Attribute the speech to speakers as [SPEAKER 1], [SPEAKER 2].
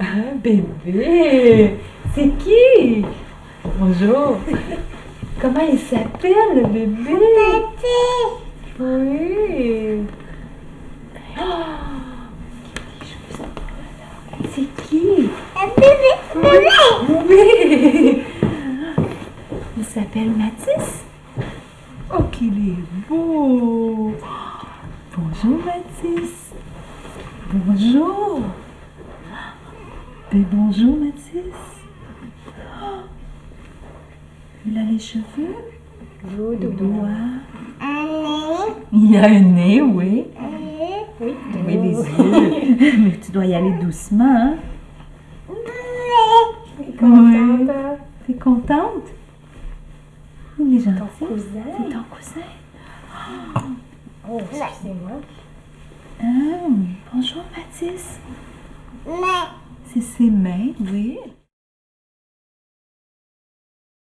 [SPEAKER 1] Mon bébé C'est qui Bonjour Comment il s'appelle le bébé Oui Oh, C'est qui Oui Il s'appelle Mathis Oh, qu'il est beau Bonjour Mathis Bonjour Mais bonjour Mathis Oh, Il a les cheveux noirs Il a un nez, oui Oui, des yeux Mais tu dois y aller doucement, hein
[SPEAKER 2] Contente.
[SPEAKER 1] T'es contente Il est gentil.
[SPEAKER 2] Ton cousin.
[SPEAKER 1] C'est ton cousin.
[SPEAKER 2] Oh, excusez-moi.
[SPEAKER 1] Ah, bonjour Mathis. C'est ses mains, oui.